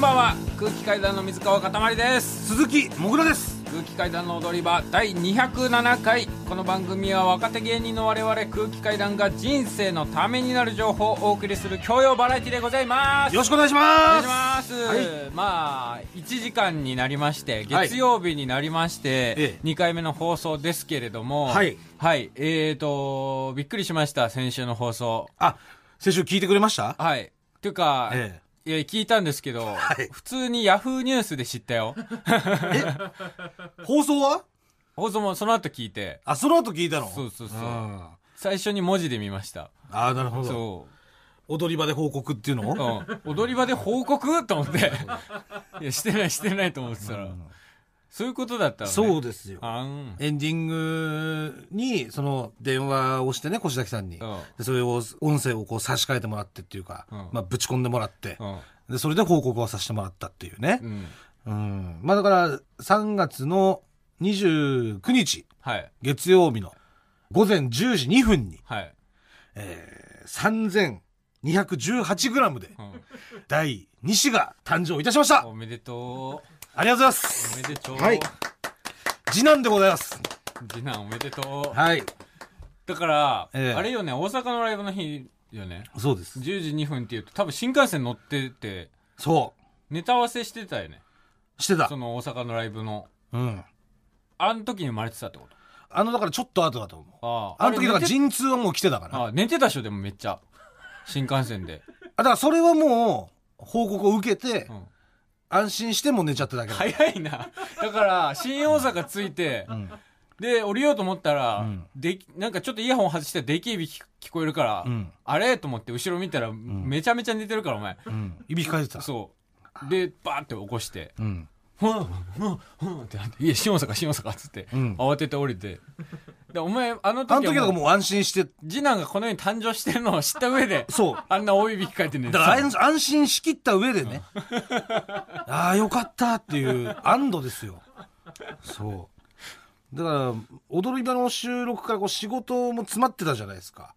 ばんは空気階段の水川かたまりです鈴木もぐらです空気階段の踊り場第207回この番組は若手芸人の我々空気階段が人生のためになる情報をお送りする教養バラエティでございますよろしくお願いしお願まいすします、まあ1時間になりましてはい月曜日になりまして、ええ二2回目の放送ですけれどもはい、はいえーとびっくりしました先週の放送あ先週聞いてくれましたはいっていうか、えいや聞いたんですけど、い普通にヤフーニュースで知ったよ放送は放送もその後聞いてあその後聞いたのそうそうそうん最初に文字で見ましたああなるほどそ踊り場で報告っていうのう、をうん、踊り場で報告と思って いやしてないしてないと思ってたら、そういうことだったのねそうですよあんエンディングにその電話をしてね越崎さんにうんでそれを音声をこう差し替えてもらってっていうかうんまあぶち込んでもらってうんでそれで報告をさせてもらったっていうねうんうんまあだから3月の29日はい月曜日の午前10時2分にはい、えー、3218g でうん第2子が誕生いたしましたおめでとうありがとうございまおすめでとう、はい次男でございます次男おめでとう、はいだから、ええあれよね大阪のライブの日よねそうです10時2分っていうと多分新幹線乗っててそネタ合わせしてたよねうしてたその大阪のライブのうんあの時に生まれてたってことあのだからちょっと後だと思うああの時だあれ寝からて陣痛はもう来てたからああ寝てたでしょでもめっちゃ新幹線で、だからそれはもう報告を受けてうん、安心してもう寝ちゃっただけだ、早いなだから新大阪着いて、うん、で降りようと思ったら、うんでなんかちょっとイヤホン外してでけえいびき聞こえるから、うんあれと思って後ろ見たら、めちゃめちゃ寝てるからお前うん、いびきかいてたそうでバーって起こしてうん「ふんふんふん」ってなって「いや新大阪新大阪」っつって、うん慌てて降りてでお前あの時あはの時だからもうもう安心して次男がこの世に誕生してるのを知った上でそうあんな大いびきかいて寝てだたから安安心しきった上でね、 ああよかったっていう安堵ですよそうだから踊り場の収録からこう仕事も詰まってたじゃないですか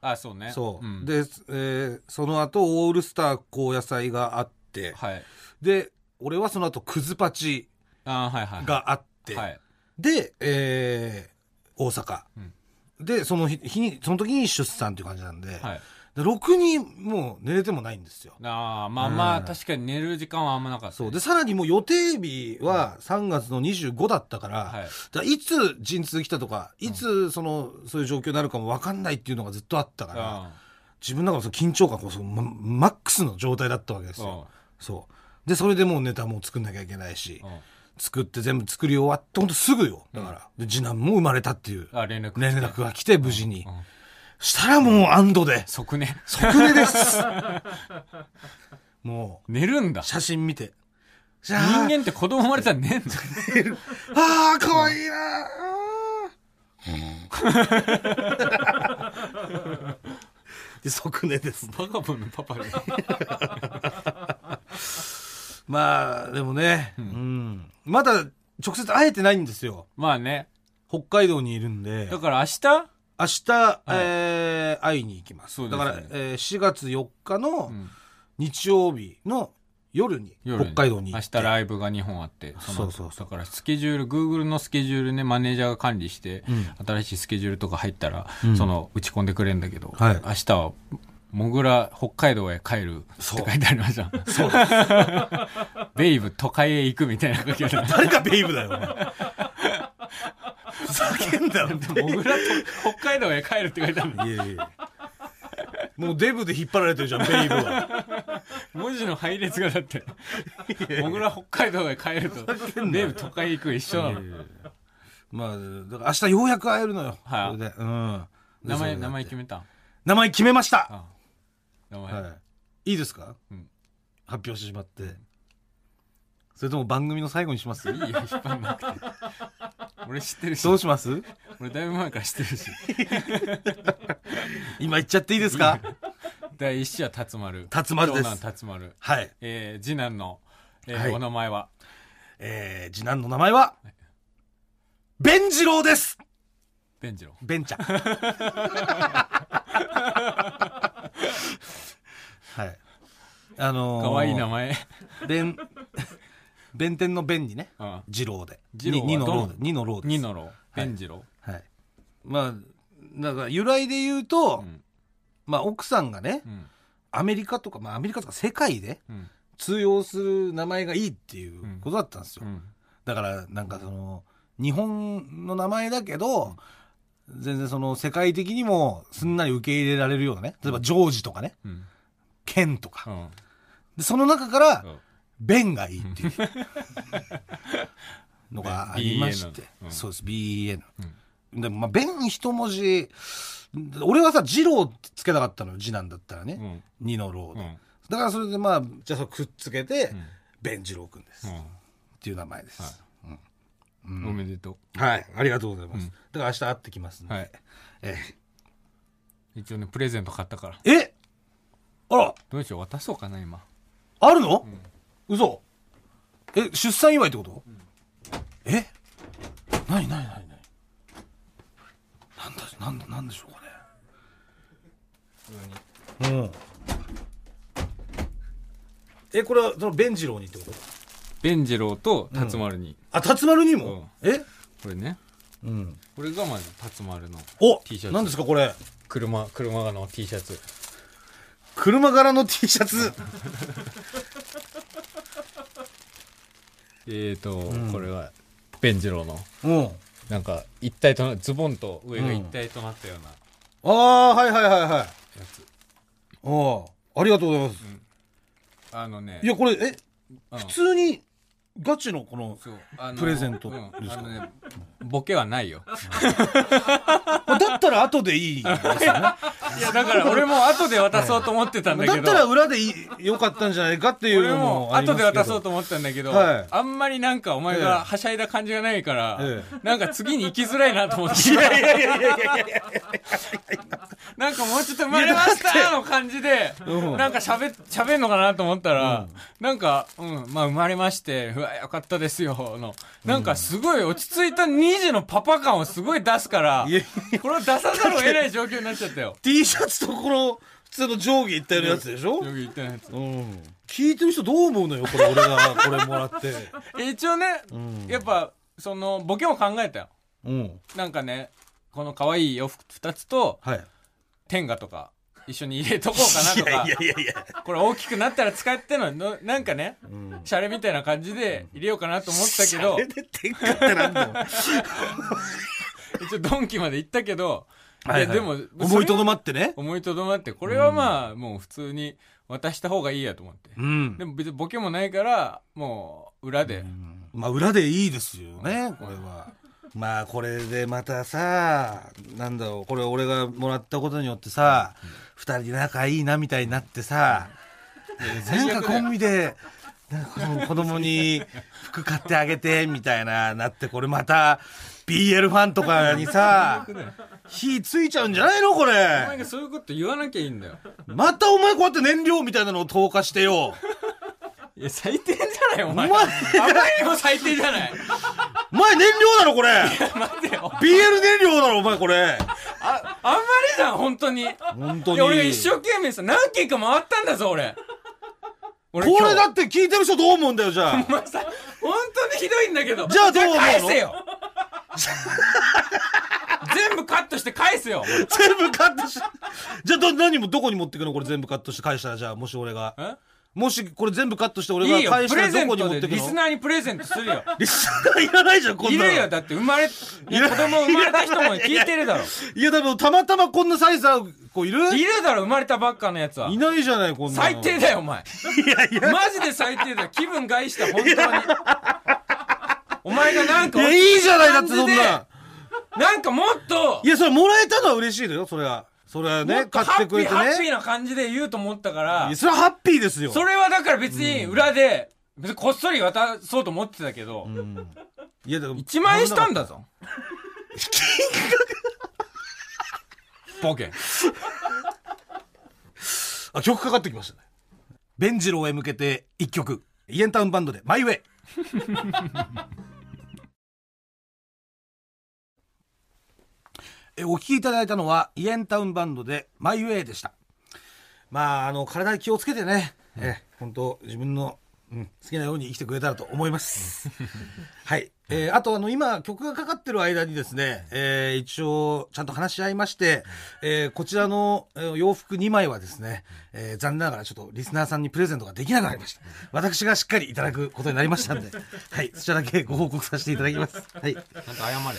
あそうねそう、んで、えーその後オールスター高野菜があって、はいで俺はその後クズパチあーはいはいがあって、はいで、えー大阪、でその日日にその時に出産っていう感じなんで,、はいでろくにもう寝れてもないんですよあーまあまあ、うん確かに寝る時間はあんまなかったそうねでさらにもう予定日は3月の25だったから,、はいい、いつ陣痛来たとかいつその、そういう状況になるかも分かんないっていうのがずっとあったから、あ自分の中のその緊張感こそ、まマックスの状態だったわけですよ、そうでそれでもうネタも作んなきゃいけないし、うん作って全部作り終わってほんとすぐよだから、で次男も生まれたっていうあ連絡来て連絡が来て無事に、うんしたらもう安堵で即寝即寝ですも う寝るんだ写真見て人人間って子供生まれたら 寝んのああ、かわいいなー。で即寝です。バカボンのパパでまあ、でもね、うん、まだ直接会えてないんですよ。 まあね北海道にいるんで、だから明日明日、えー会いに行きます。そうですだねから、えー4月4日のん日曜日の夜に夜に北海道に行明っ日て、ライブが2本あってのそうそうそだうからスケジュール Google のスケジュールねマネージャーが管理して、新しいスケジュールとか入ったら、その打ち込んでくれるんだけど、はい明日は「もぐら北海道へ帰る」って書そういてありましたそう ベイブ都会へ行くみたいな書き方誰かベイブだよ、お前ふざけんだ もろ、ぐらと北海道へ帰るって書いてあるいやいやもうデブで引っ張られてるじ ゃん、ベイブは。文字の配列がだってもぐら北海道へ帰るとベイブ都会へ行く一緒なのまあ、だから明日ようやく会えるのよ。はいそれで、うん。で名それ前で名前決めた名前決めました。あ名前、はい。いいですか、うん発表してしまって。それとも番組の最後にしますいいよ、引っ張んなくて。俺知ってるしど、うします俺だいぶ前から知ってるし。今言っちゃっていいですか第一子は辰丸。辰丸です長男辰丸。はい。えー、次男の、えーはいお名前はえー、次男の名前は、ベンジローですベンジロー。ベンちゃん。 はい。あのーかわいい名前。弁弁天の弁にねうん二郎で二郎はに二どのの郎で二の郎ですニノロ、ベンジロ。はいまあだから由来で言うと、うんまあ、奥さんがねうん。アメリカとか、まあ、アメリカとか世界でうん。通用する名前がいいっていうことだったんですよ、うん。だからなんかその日本の名前だけど全然その世界的にもすんなり受け入れられるようなね例えばジョージとかねうん。ケンとかうんでその中からうんベンがいいって いうのがありまして、 BEN うんそうです BEN、でもまあベン一文字俺はさ二郎ってつけたかったのよ次男だったらうね、ん。二の郎うで、ん。だからそれでまあじゃあそれくっつけて、んベン二郎くんです、うっんていう名前です、はいおめでとはい、ありがとうございます。だから明日会ってきますう。んで。はい。え一応ね、プレゼント買ったから。ええあら、どうしよう、渡そうかな、今。あるの、嘘え、出産祝いってこと、えなになになになになんだ、なんだ、なんでしょうかね。うん。え、これは、その、弁次郎にってことベンジロと辰丸に。あ、辰丸にも、えこれね。うん。これがまず辰丸の。お T シャツなんですか、これ。車、車がの T シャツ。車柄の T シャツ。えーと、これは、ベンジロの。うん。なんか、一体とな、ズボンと上が一体となったようなああ、はいはいはいはい。やつ。ああ、ありがとうございます。あのね。いや、これ、え、うん普通に、ガチのこの、そうあのプレゼントうんですかあのね、ボケはないよ。まあだったら後 でいいですよね。だいや、だから俺も後で渡そうと思ってたんだけっどた。ら裏でいいよかったんじゃないかっていう俺のももあり後ますでけど。渡そうと思ったんだけど、はいあんまりなんかお前がはしゃいだ感じがないから、えなんか次に行きづらいなと思って、いやいやいやいやいやいやなんかもうちょっと生まれましたの感じで、うんなんか喋、喋んのかなと思ったら、なんか、うん、まあ生まれまして、うわ、よかったですよ、の、なんかすごい落ち着いた2児のパパ感をすごい出すからいやい、これを出さざるを得ない状況になっちゃったよ。 T シャツとこの、普通の上下一体のやつでしょよく言ったやつ。うん。聞いてる人どう思うのよ、これ俺がこれもらって。一応ね、やっぱそのボケも考えたようん。なんかねこの可愛い洋服2つとはい。天下とか一緒に入れとこうかなといやかいやいやいや。これ大きくなったら使ってんののなんかね、んシャレみたいな感じで入れようかなと思ったけどそれで天下ってなんだよ。一応ドンキまで行ったけどはいやはいでも思いとどままってね。思いとどまってこれはまあ、もう普通に渡した方がいいやと思って、うんで。も別にボケもないからもう裏で、まあ裏でいいですよねこれは。まあこれでまたさなんだろうこれ俺がもらったことによってさ二人仲いいなみたいになってさなんかコンビでなんかこの子供に服買ってあげてみたいななってこれまた BL ファンとかにさ火ついちゃうんじゃないのこお前れがそういうこと言わなきゃいいんだよまたお前こうやって燃料みたいなのを投下してよいや、最低じゃない、おお前前。あまりにも最低じゃない。お前燃料だろこれ待ってよ。 BL 燃料だろお前これあ、あんまりじゃん、本当に。本当いにや、俺が一生懸命さ、何軒か回ったんだぞ、俺。俺これだ今って聞いてる人どう思うんだよ、じゃあ。日お前さ、本当にひどいんだけど。じゃあどう思うの返せよ。全部カットして返せよ。全部カットし、じゃあど、何も、どこに持ってくのこれ全部カットして返したら、じゃあ、もし俺が。えもし、これ全部カットしてい俺いがよ返、プしたレらゼどンこにト持っでてくのリスナーにプレゼントするよ。リスナーいらないじゃん、こんいなの。るよ、だって生まれ、いや子供生まれた人も聞いてるだろ。いや、でも、たまたまこんなサイズある子いるいるだろ、生まれたばっかのやつは。いないじゃない、こんなの。最低だよ、お前。いやいや。マジで最低だよ。気分害した、本当に。 お前がなんいか、や、いいじゃない、だってそん感な。じでなんかもっとい、や、それもらえたのは嬉しいのよ、それは。それはもね、っと買っハてッピくー、れてハッピね。ーな感じで言うと思ったからいや、それはハッピーですよ。それはだから別に裏で、別にこっそり渡そうと思ってたけど、いや、でも。 1万円したんだぞ。ボケ。あ、曲かかってきましたね。ベンジローへ向けて一曲。イエンタウンバンドでマイウェイ。 えお聴きいただいたのはイエンタウンバンドでマイウェイでした。まあ、あの、体に気をつけてね。ええ本当自分の、うん、好きなように生きてくれたらと思います。はい。えーあと、あの、今、曲がかかってる間にですね、えー一応、ちゃんと話し合いまして、えーこちらのえー洋服2枚はですね、えー残念ながらちょっとリスナーさんにプレゼントができなくなりました。私がしっかりいただくことになりましたんで、はい。そちらだけご報告させていただきます。はい。なんか謝れ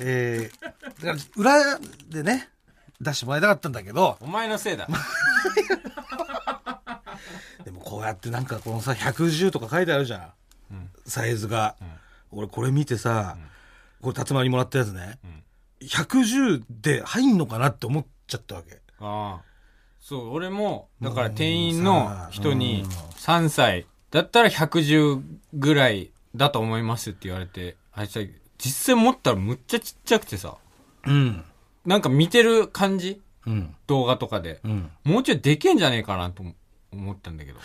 えーだから裏でね、出してもらいたかったんだけど、お前のせいだでもこうやってなんかこのさ110とか書いてあるじゃん、サイズが、俺これ見てさ、これ辰丸にもらったやつね、110で入んのかなって思っちゃったわけああそう俺もだから店員の人に3歳だったら110ぐらいだと思いますって言われてあいつは実際持ったらむっちゃちっちゃくてさうんなんか見てる感じうん動画とかで、うんもうちょいでけえんじゃねえかなと思思ったんだけど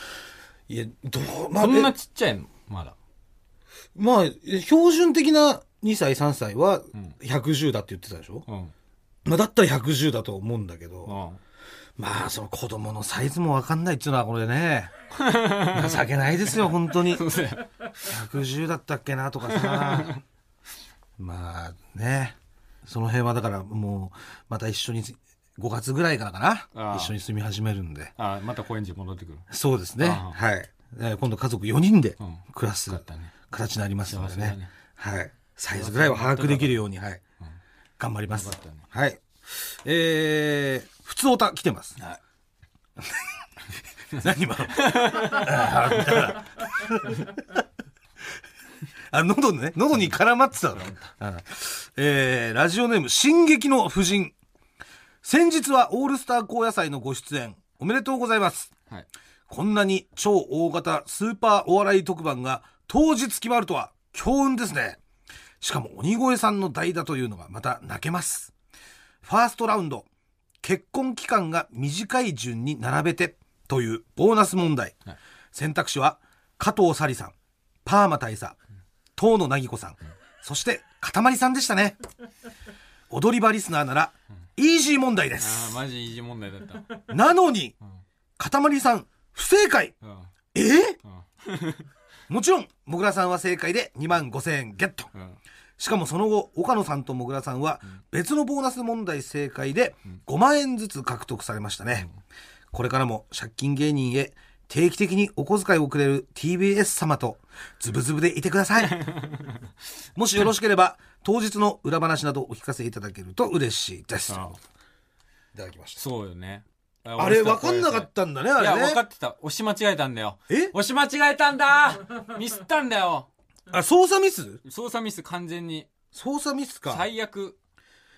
いやどうまあそんなえちっちゃいのまだまあえ標準的な2歳3歳はん110だって言ってたでしょ、うんまあ、だったら110だと思うんだけど、あまあその子供のサイズも分かんないっていうのはこれね情けないですよ本当にあそうだよ110だったっけなとかさまあねその辺はだからもうまた一緒に5月ぐらいからかあなあ一緒に住み始めるんであまた高円寺戻ってくるそうですねああはいえー今度家族4人でうん暮らすよかったね形になりますので幸せね,、だねはいサイズぐらいは把握できるようにはい頑張ります、よかったねはいえー、普通おた来てますはい 何今のあー見たらあ喉ね喉に絡まってたの、うんえーラジオネーム「進撃の婦人」先日はオールスター高野菜のご出演おめでとうございますはいこんなに超大型スーパーお笑い特番が当日決まるとは強運ですね。しかも鬼越さんの代打というのがまた泣けます。ファーストラウンド、結婚期間が短い順に並べてというボーナス問題。はい選択肢は加藤サリさん、パーマ大佐、遠野なぎこさん、そしてかたまりさんでしたね。踊り場リスナーなら、イージー問題でああす。マジ意地問題だったうんなのに、かたまりさん、不正解うんえーもちろん、もぐらさんは正解で2万5千円ゲット。うんしかもその後、岡野さんともぐらさんは別のボーナス問題正解で5万円ずつ獲得されましたね。これからも借金芸人へ定期的にお小遣いをくれる TBS 様とズブズブでいてくだ さい。もしよろしければ、当日の裏話などお聞かせいただけると嬉しいです。いあただきました。そうよねああれ、分かんなかったんだね、あいや、れ分かね。ってた。押し間違えたんだよ。え押し間違えたんだミスったんだよあ、操作ミス操作ミス完全に。操作ミスか。最悪。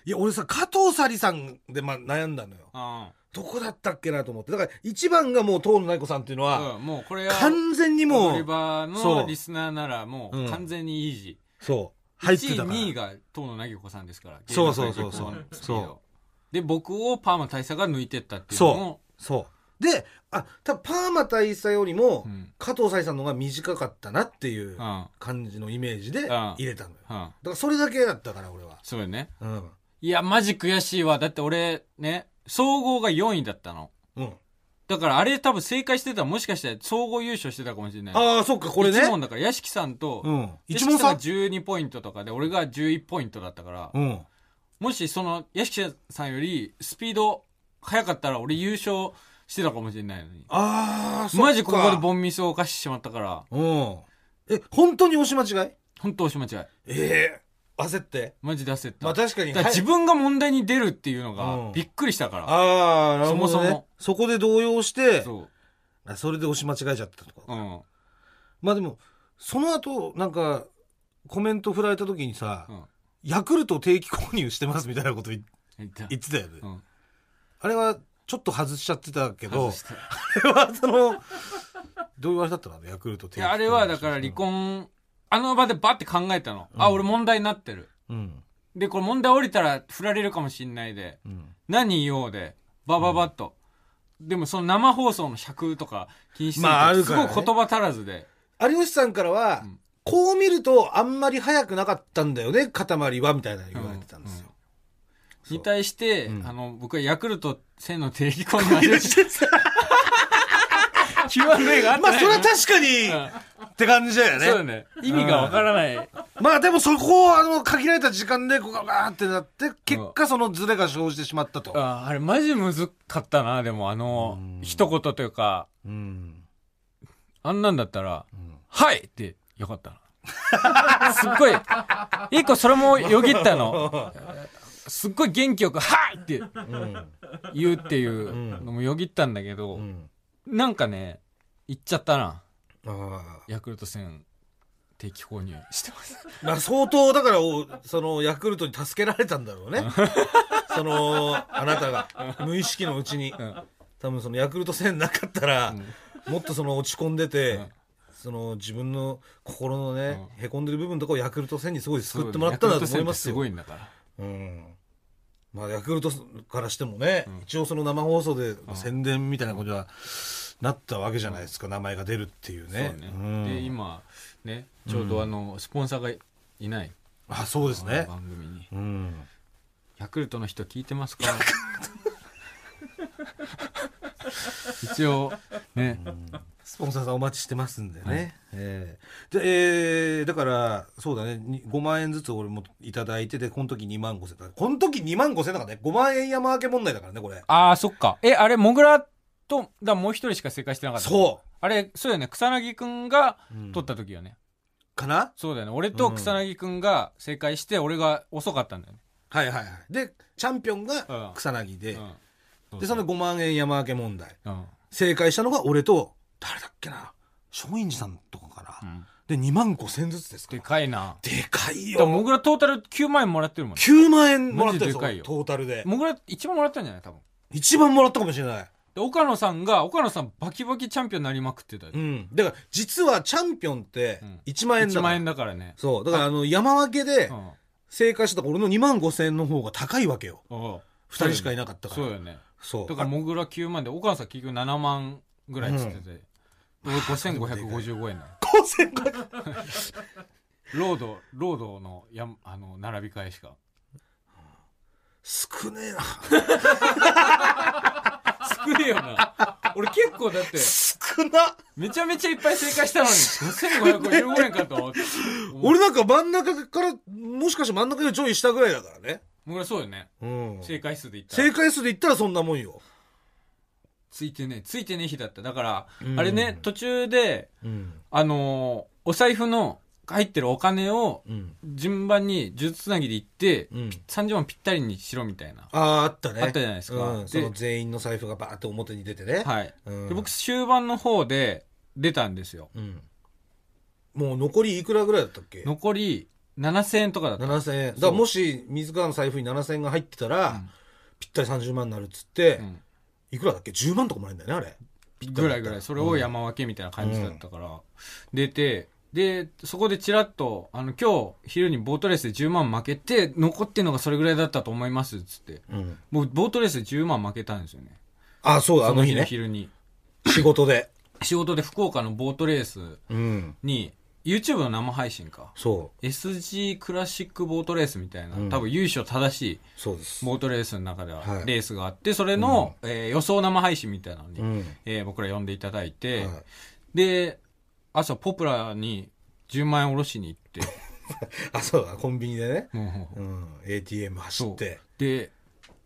いや、俺さ、加藤サリさんで、まあ、悩んだのよ。うん。どこだったっけなと思って。だから、一番がもう、遠野な子さんっていうのは、うん、もうこれは、完全にオもリう、バーそのうリスナーならもううん完全にイージそう、ー。入ってた1から。位、2位が遠野なぎこさんですから。そうそうそ芸能界うそう最高のそうで、僕をパーマ大佐が抜いてったっていうのそも、う。そう。で、あ、多分パーマ大佐よりも、うん加藤サリさんの方が短かったなっていううん。うん。感じのイメージでん入れたのよ。だから、それだけだったから、俺は。そうよね。うん。いや、マジ悔しいわ。だって俺、ね、総合が4位だったの。うん。だからあれ多分正解してたらもしかして総合優勝してたかもしれない。ああ、そっか、これね一。問だから、屋敷さんと、うん。屋一敷問さんさが12ポイントとかで、俺が11ポイントだったから、うん。もしその屋敷さんよりスピード速かったら俺優勝してたかもしれないのに。ああ、そっか。マジここでボンミスを犯してしまったから、うん。え、本当に押し間違い本当おしまちゃい。ええ焦って。マジ出せった。まあ確かに。だからはい自分が問題に出るっていうのうがんびっくりしたから。ああ、なるほど、ね。そもそもそこで動揺して、そあそれで押し間違えちゃったとか。う。うん。まあでも、その後、なんか、コメント振られた時にさ、うんヤクルト定期購入してますみたいなことい言った。言ってたよね。うん。あれは、ちょっと外しちゃってたけど外、したあれはその、どういうあれだったのヤクルト定い期購入や、あれはだから離。婚、あの場でバって考えたの。あ、俺問題になってる。うん。で、これ問題降りたら振られるかもしんないで、うん。何言おうで、バババッと。でもその生放送の尺とか気にしてて、まああるすからごいね言葉足らずで。有吉さんからは、うんこう見るとあんまり早くなかったんだよね、塊は、みたいな言われてたんですよ。そうに対して、うん あの、僕はヤクルト1000の定義購入を してた Q&A があってまあないそれは確かに、って感じだよね。そうだね意味がわからないまあでもそこをあの限られた時間でこうガーってなって、結果そのズレが生じてしまったと。ああれマジむずかったなでもあのうん一言というかうん。あんなんだったらん「はい!」ってよかったなすっごい一個それもよぎった のすっごい元気よく「はい!」ってうん。言うっていうのもよぎったんだけど、うん。なんかね言っちゃったなあヤクルト戦定期購入してますあ。まあ相当だからお、そのヤクルトに助けられたんだろうね。その、あなたが無意識のうちに。ん多分そのヤクルト戦なかったら、もっとその落ち込んでて、んその自分の心のね、へこんでる部分とかをヤクルト戦にすごい救ってもらったんなだと思いますすよ。ごいんだからうんまあ、ヤクルトからしてもね、一応その生放送で宣伝みたいなことはなったわけじゃないですか、名前が出るっていうね。そうね、うんで今ねちょうどあの、スポンサーがいないあそうですね。番組にうん、ヤクルトの人聞いてますか 一応ね、スポンサーさんお待ちしてますんでね。ええで、えーだから、そうだね、に5万円ずつ俺もいただいてて、この時2万5千だからこの時2万5千だからね、5万円山分け問題だからね、これ。ああそっかえあれモグラとだもう一人しか正解してなかったそうあれそうだよね草薙くんがうん取った時よね、かなそうだよね俺と草薙くんが正解して俺が遅かったんだよね、はいはいはい。で、チャンピオンが草薙で、うんで、その5万円山分け問題。うん正解したのが俺と誰だっけな松陰寺さんとかかうな、んで2万5千ずつですかでらかいなでかいだからよモグラトータル9万円もらってるもんね9万円もらっマたジでよかいよトータルでモグラ一番もらったんじゃない多分一番もらったかもしれないで岡野さんが岡野さんバキバキチャンピオンになりまくってたよ、うんだから実はチャンピオンってうん1万円だ1から、万円だからねそうだからあの山分けでうん正解したから俺の2万5千円の方が高いわけよおう2人しかいなかったからそうよねそうだからモグラ9万で岡野さん結局7万ぐらいっつってて、俺5555円だよ5千円だロードロードのやあの並び替えしか少ねえな少ねえよな俺結構だって少なめちゃめちゃいっぱい正解したのに5555円かと思って 俺なんか真ん中からもしかして真ん中よりちょい下ぐらいだからねモグラそうよねうん正解数で言った正ら解数で言ったらそんなもんよ。ついてねえついてねえ日だっただから、うんあれね途中でうん。あのーお財布の入ってるお金をうん。順番に数珠つなぎで行って、うん30万ぴったりにしろみたいな。ああ、あったね。あったじゃないですかうん、でその全員の財布がバーって表に出てね。はい。うんで僕、終盤の方で出たんですよ。うん。もう残りいくらぐらいだったっけ残り7000円とかだった。 ?7000 円。だかそらうもし、水川の財布に7000円が入ってたら、うんぴったり30万になるっつって、うんいくらだっけ ?10 万とかもらえるんだよね、あれ。ぐらいぐらい。それをうん山分けみたいな感じだったから、出て、で、そこでチラッと、あの、今日昼にボートレースで10万負けて、残ってんのがそれぐらいだったと思います、つって。うん。僕、ボートレースで10万負けたんですよね。あ、そう、あその日のね。昼に。仕事で。仕事で福岡のボートレースうん。に、YouTube の生配信か。そう。 SG クラシックボートレースみたいな、うん多分優勝正しそうですい。ボートレースの中でははいレースがあって、それの、えー予想生配信みたいなのに、うん。えー僕ら呼んでいただいて、はいで朝ポプラに10万円下ろしに行って あ、そうだ、コンビニでね。もううん。ATM 走そっうて。で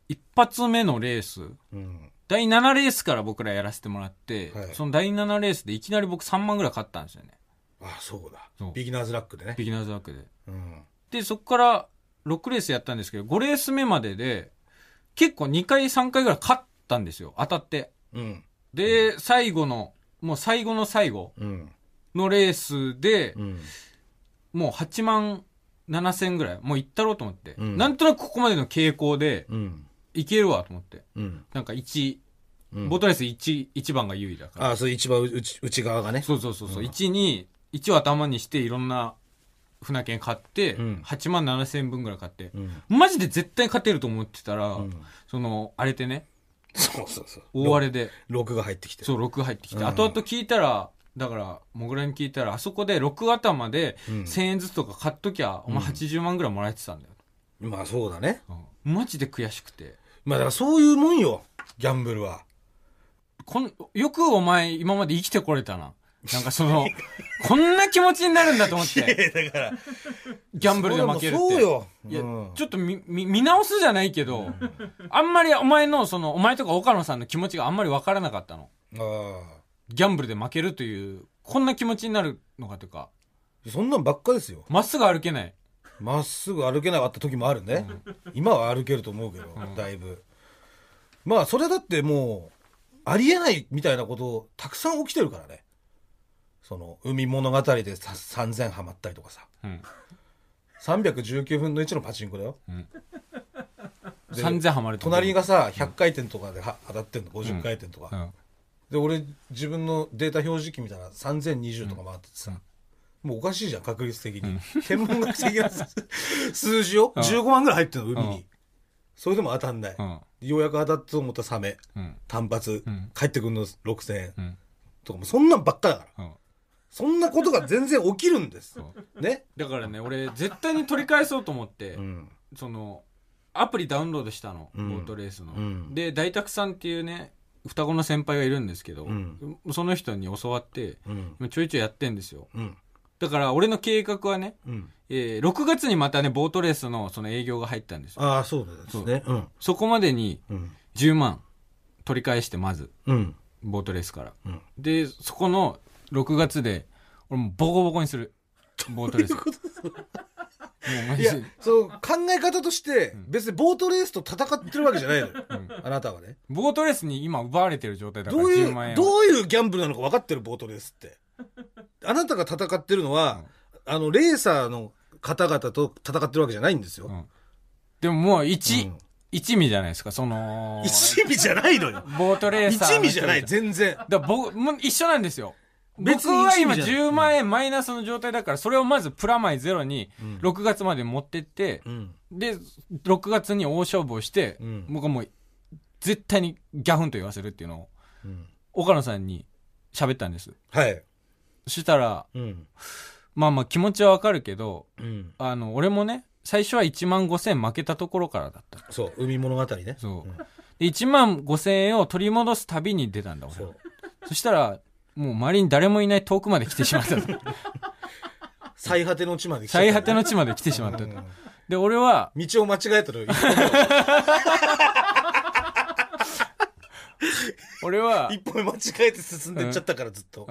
一発目のレースうん。第7レースから僕らやらせてもらって、はいその第7レースでいきなり僕3万ぐらい買ったんですよねあ、そうだそう。ビギナーズラックでね。ビギナーズワークでうん。でそこから6レースやったんですけど5レース目までで結構2回3回ぐらい勝ったんですよ当たってうん。で、最後のもう最後の最後うん。のレースで、うん。もう8万7千ぐらいもういったろうと思って、うんなんとなくここまでの傾向でうん。いけるわと思ってうん。なんか1、うんボートレース 1, 1番が優位だからああ、そう、一番内内側がね。そうそうそうそう、1に1を頭にしていろんな船券買って、うん8万7千分ぐらい買って、うん。マジで絶対勝てると思ってたら、んその荒れてねそうそう そう。大荒れで録が入ってきて。そう6入ってきて、うん後々聞いたらだからもぐらに聞いたらあそこで6頭でうん1000円ずつとか買っときゃ、お前80万ぐらいもらえてたんだよ、まあそうだね。うんマジで悔しくてまあだからそういうもんよ。ギャンブルは。こん、よくお前今まで生きてこれたな。なんかその、 こんな気持ちになるんだと思っいやて、いや だからギャンブルで負けるって。そうよ、いや、うんちょっとみ、み、見直すじゃないけど、あんまりお前の、その、お前とか岡野さんの気持ちがあんまりわからなかったの。あギャンブルで負けるという、こんな気持ちになるのかというか、あそんなんばっかですよまっすぐ歩けない。まっすぐ歩けなかった時もあるね、今は歩けると思うけど、だいぶまあそれだってもうありえないみたいなことたくさん起きてるからねその海物語でさ3000ハマったりとかさうん。 319分の1のパチンコだよで3000ハマると思う隣がさ100回転とかでは当たってんの50回転とか、うん。で俺自分のデータ表示器見たら3020とか回っててさ、もうおかしいじゃん確率的に、天文学的 な数字をうん15万ぐらい入ってるの海に、うんそれでも当たんない、うん。ようやく当たったと思ったサメうん。単発、うん帰ってくるの6000円うん。とかもうそんなんばっかだからうん。そんなことが全然起きるんですそうね、だからね、俺、絶対に取り返そうと思って、うん、その、アプリダウンロードしたの、うんボートレースの。うんで、大沢さんっていうね、双子の先輩がいるんですけど、うんその人に教わって、うんちょいちょいやってんですよ。うんだから、俺の計画はね、うんえー6月にまたね、ボートレースのその営業が入ったんですよ。ああそうですねうんそこまでにうん10万取り返して、まず、うんボートレースから。うんで、そこの6月で、俺もうボコボコにする。ボートレース。もうマいジやで。、そう、考え方として、別にボートレースと戦ってるわけじゃないのよ。あなたはね。ボートレースに今奪われてる状態だかどらうい10万う、円を。どういうギャンブルなのか分かってる、ボートレースって。あなたが戦ってるのは、あの、レーサーの方々と戦ってるわけじゃないんですよ。うんでももうう1ん、一味じゃないですか、その、一味じゃないのよ。ボートレー一サー。味じゃない、。全然。だから僕、もう一緒なんですよ。別僕には今一味じゃない10万円マイナスの状態だから、それをまずプラマイゼロに、6月まで持ってって、うん。で、6月に大勝負をして、うん僕はもう、絶対にギャフンと言わせるっていうのを、うん岡野さんに喋ったんです。はい。そしたら、うん。まあまあ気持ちはわかるけど、うん。あの、俺もね、最初は1万5千負けたところからだった。そう、海物語ね。そう。で、1万5千円を取り戻す旅に出たんだ、俺そはう。そしたら、もう周りに誰もいない遠くまで来てしまったと。 最果ての地まで来ちゃった最果ての地まで来てしまったと。で、俺は、道を間違えたら、俺は、一歩目間違えて進んでっちゃったから、ずっと。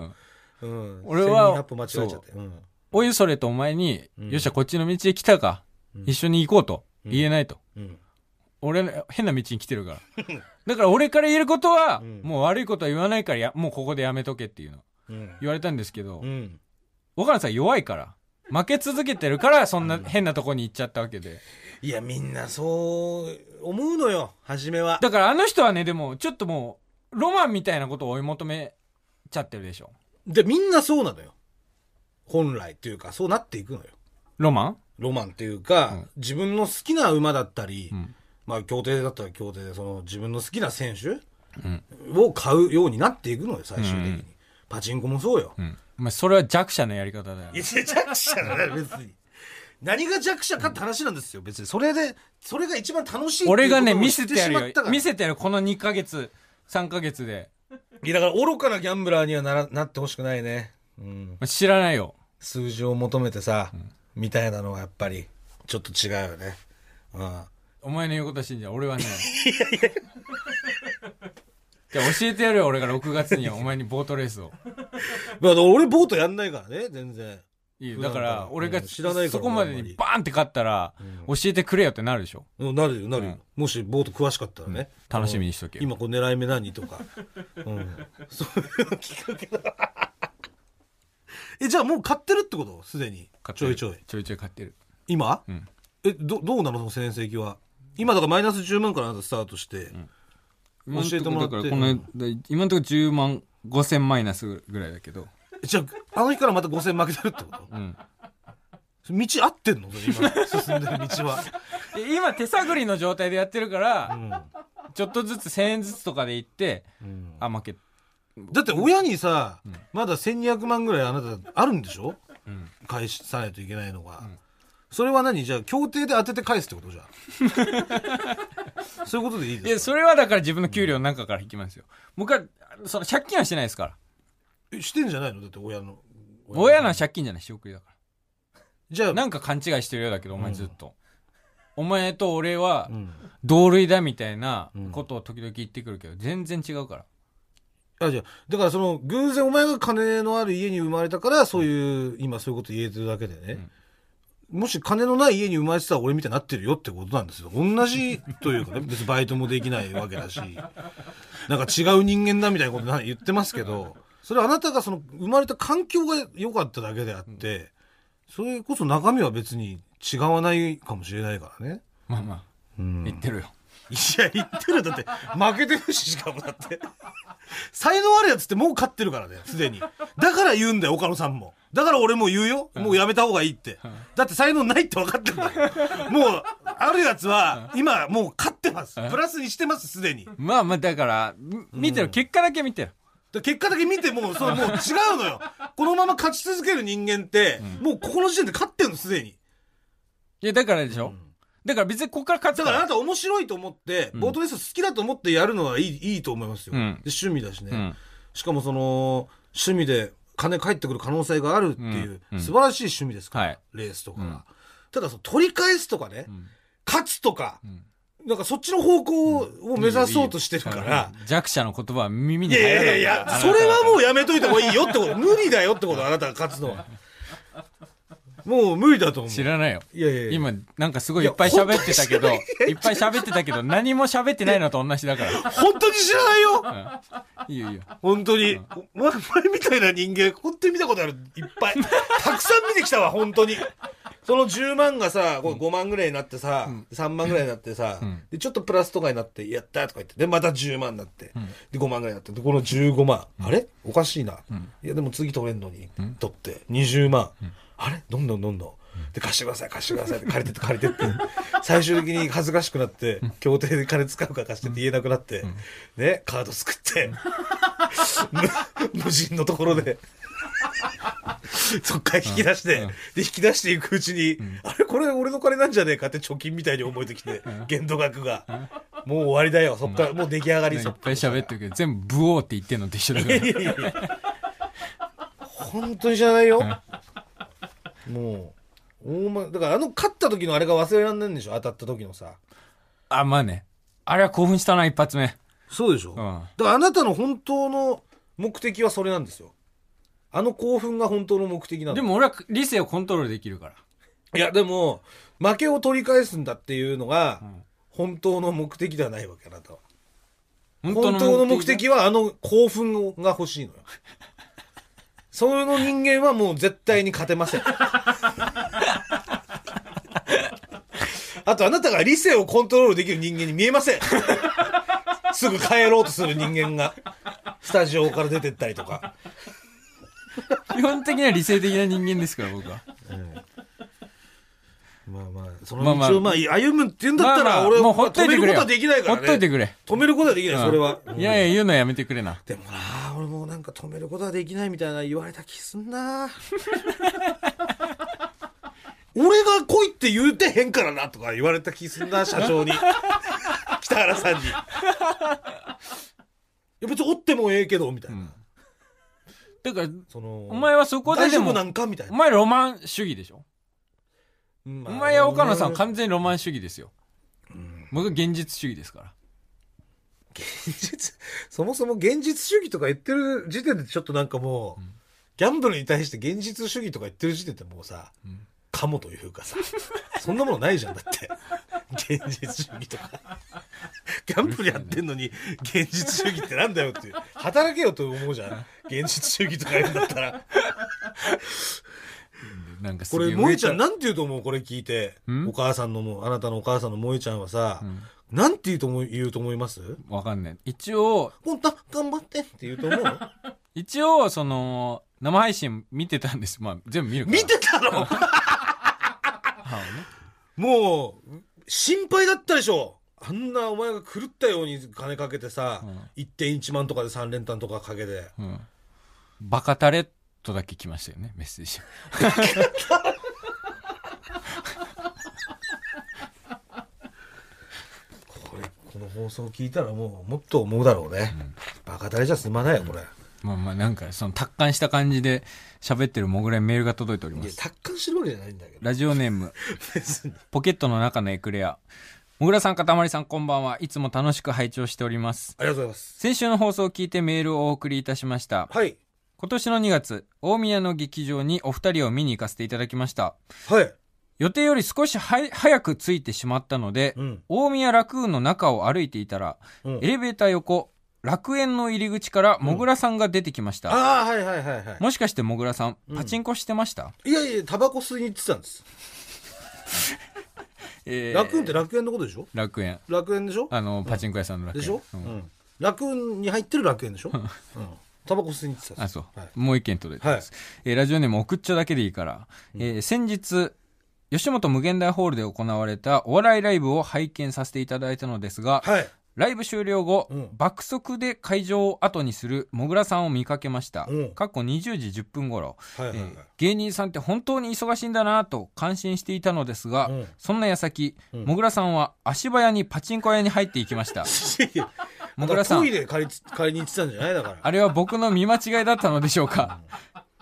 うん。俺は1200歩間違えちゃったよ。うん。おいそれとお前に、うんよっしゃ、こっちの道へ来たか。一緒に行こうと。言えないと。うん。俺、変な道に来てるから。だから俺から言えることは、うんもう悪いことは言わないからや、もうここでやめとけっていうの。うん。言われたんですけど、うん。岡野さん弱いから。負け続けてるから、そんな変なとこに行っちゃったわけで。いや、みんなそう思うのよ、初めは。だからあの人はね、でも、ちょっともう、ロマンみたいなことを追い求めちゃってるでしょ。で、みんなそうなのよ。本来っていうか、そうなっていくのよ。ロマンロマンっていうか、自分の好きな馬だったり、んまあ、競艇だったら競艇で、その自分の好きな選手んを買うようになっていくのよ、最終的に。パチンコもそうよ。うん。まあ、それは弱者のやり方だよい。や、弱者 だな、別に。何が弱者かって話なんですよ、別に。それで、それが一番楽しいっていう俺がね、ことを見知っせてやるしまよったか。ら見せてやる、この2ヶ月、3ヶ月で。いや、だから愚かなギャンブラーにはならなってほしくないね。うん。まあ知らないよ。数字を求めてさ、みたいなのはやっぱり、ちょっと違うよね。うん。お前の言うことは信じない。俺 はね。じゃあ教えてやるよ、俺が6月にお前にボートレースを。まあ、俺ボートやんないからね、全然。いい普だ段かからら、俺がうん知らないからそこまであんまにりバーンって勝ったら、教えてくれよってなるでしょ。うんなるよ、なるよ。もしボート詳しかったらね。楽しみにしとけよ。今こう狙い目何とか。うん。そういうのきっかけだ。 え、じゃあもう買ってるってことすでに。勝ちってょるいちょい。ちょいちょい買ってる。今、んえ、ど、どうなのその戦績は。今だからマイナス10万からあなたスタートして。今んと教えてもらってこだからこの間今のところ10万5千マイナスぐらいだけど、じゃあ、あの日からまた5000負けてるってこと うん、道合ってんのそれ今進んでる道は。で今手探りの状態でやってるから、ちょっとずつ1000円ずつとかで行って、あ負けだって親にさ、まだ1200万ぐらいあなたあるんでしょ、返さないといけないのが。それは何じゃあ、協定で当てて返すってことじゃ ん。そういうことでいいいでやすかそれはだから自分の給料の中から引きますよ僕はその借金はしてないですから。えしてんじゃないのだって親の親の借金じゃない、仕送りだかじゃあら。なんか勘違いしてるようだけど、お前ずっと。お前と俺はう、ん同類だみたいなことを時々言ってくるけど、全然違うから。あじゃあだからその偶然お前が金のある家に生まれたからそういう、今そういうこと言えてるだけでね、もし金のない家に生まれてたら俺みたいになってるよってことなんですよ同じというか ね別にバイトもできないわけだしなんか違う人間だみたいなことな言ってますけどそれはあなたがその生まれた環境が良かっただけであって、それこそ中身は別に違わないかもしれないからね。まあまあ、うん言ってるよ。いや、言ってるよだって、負けてるし、しかもだって。才能あるやつってもう勝ってるからね、すでに。だから言うんだよ、岡野さんも。だから俺も言うよ。もうやめた方がいいって。だって才能ないって分かってるんだよ。もう、あるやつは、今、もう勝ってます。プラスにしてます、すでに。だかまあまあ、だから、み見てる、結果だけ見てる。ら結果だけ見ても、そう、もう違うのよ。このまま勝ち続ける人間って、もうここの時点で勝ってるの、すでに。いや、だからでしょ、だから別にここから勝つだかからあらな。た面白いと思って、ボートレース好きだと思ってやるのはいいいいと思いますよ。うんで趣味だしね。うんしかもその、趣味で金返ってくる可能性があるっていうう、ん素晴らしい趣味ですから、はいレースとかが。ただその、取り返すとかね、勝つとか、なんかそっちの方向を目指そうとしてるから、弱者の言葉は耳いにや入らいない。やいやいや、それはもうやめといた方がいいよってこと、無理だよってこと、あなたが勝つの は。もう無理だと思う。知らないよ。いやいやいや今、なんかすごいいっぱい喋ってたけど、いいや本当にっぱい喋ってたけど、何も喋ってないのと同じだから。本当に知らないよいいよいいよ。本当に、お前お前みたいな人間、本当に見たことある、いっぱい。たくさん見てきたわ、本当に。その10万がさ、こう5万ぐらいになってさ、3万ぐらいになってさ、で、ちょっとプラスとかになって、やったーとか言って、で、また10万になって、で、5万ぐらいになって、で、この15万、あれおかしいな。いや、でも次取れんのに、取って、20万、あれどんどんどんどん。で、貸してください、貸してくださいって、借りてって、借りてって。最終的に恥ずかしくなって、協定で金使うから貸してって言えなくなって、ね、カード作って。 無無人のところで。そっから引き出して、で、引き出していくうちに、あれこれ俺の金なんじゃねえかって貯金みたいに思えてきて、限度額が。もう終わりだよ。そっから、もう出来上がいりっそっぱい喋ってるけど、全部ブオーって言ってんのと一緒だから。いやいやいや本当に知らないよ。もう、大ま、だからあの勝った時のあれが忘れらんないんでしょ当たった時のさ。あ、まあね。あれは興奮したな、一発目。そうでしょ、んだからあなたの本当の目的はそれなんですよ。あの興奮が本当の目的なんでも俺は理性をコントロールできるから。いや、でも、負けを取り返すんだっていうのが、本当の目的ではないわけ、あなたは。本当の目的は、あの興奮が欲しい のよ。その人間はもう絶対に勝 てません。あと、あなたが理性をコントロールできる人間に見えません。すぐ帰ろうとする人間が、スタジオから出てったりとか。基本的には理性的な人間ですから、僕は。まあまあ、そのまあまあ道をまあ歩むって言うんだったら、俺はもうほっといてくれ止めることはできないからね。ほっといてくれ。止めることはできない、それは。いやいや、言うのやめてくれな。でもなあ、俺もなんか止めることはできないみたいな言われた気すんなあ 俺が来いって言うてへんからなとか言われた気す んな、社長に。北原さんに。いや別におってもええけど、みたいな。だから、その、お前はそこで大で丈夫も、なんかみたいおな。前ロマン主義でしょおお前や岡野さんは完全にロマン主義ですよ。僕は現実主義ですから。現実、そもそも現実主義とか言ってる時点でちょっとなんかもう、ギャンブルに対して現実主義とか言ってる時点でもうさ、かもというかさ、そんなものないじゃんだって。現実主義と か。ギャンブルやってんのに、現実主義ってなんだよっていう。働けよと思うじゃん。現実主義とか言うんだった ら。なんかすこげえれ、萌えちゃんなんて言うと思うこれ聞いて。んお母さんのもう、あなたのお母さんの萌えちゃんはさ、なんて言うと思う、言うと思いますわかんない。一応、本当頑張ってって言うと思う一応、その、生配信見てたんです。まあ、全部見るから。見てたの もう、心配だったでしょあんなお前が狂ったように金かけてさ、1.1万とかで3連単とかかけて。うん。バカタレットだけ来ましたよね、メッセージ。これ、この放送聞いたらもう、もっと思うだろうね。バ若手じゃ済まないよこれ、まあまあなんかその達観した感じで喋ってるもぐらいメールが届いておりまいやす達観してるわけじゃないんだけどラジオネーム別にポケットの中のエクレアもぐらさんかたまりさんこんばんはいつも楽しく拝聴しておりますありがとうございます先週の放送を聞いてメールをお送りいたしましたはい今年の2月大宮の劇場にお二人を見に行かせていただきましたはい予定より少しは早く着いてしまったので、うん大宮楽園の中を歩いていたら、うんエレベーター横楽園の入り口からもぐらさんが出てきました、ああはいはいはいはもしかしてもぐらさんんパチンコしてました、いいやいやタバコ吸いに行ってたんです、えー楽園って楽園のことでしょ楽園楽園でしょあのパチンコ屋さんの楽園でしょ、ううんん楽園に入ってる楽園でしょ、うん、タバコ吸いに行ってたんであすそう、はいもう一件届いてます、えーラジオネーム送っちゃだけでいいから、えー先日吉本無限大ホールで行われたお笑いライブを拝見させていただいたのですが、はいライブ終了後、うん爆速で会場を後にするもぐらさんを見かけました、うん過去20時10分頃、はいはいはい、えー芸人さんって本当に忙しいんだなと感心していたのですが、うんそんな矢先、うんもぐらさんは足早にパチンコ屋に入っていきました いやもぐらさトんイレ借りつ借りに行ってたんじゃないだからあれは僕の見間違いだったのでしょうか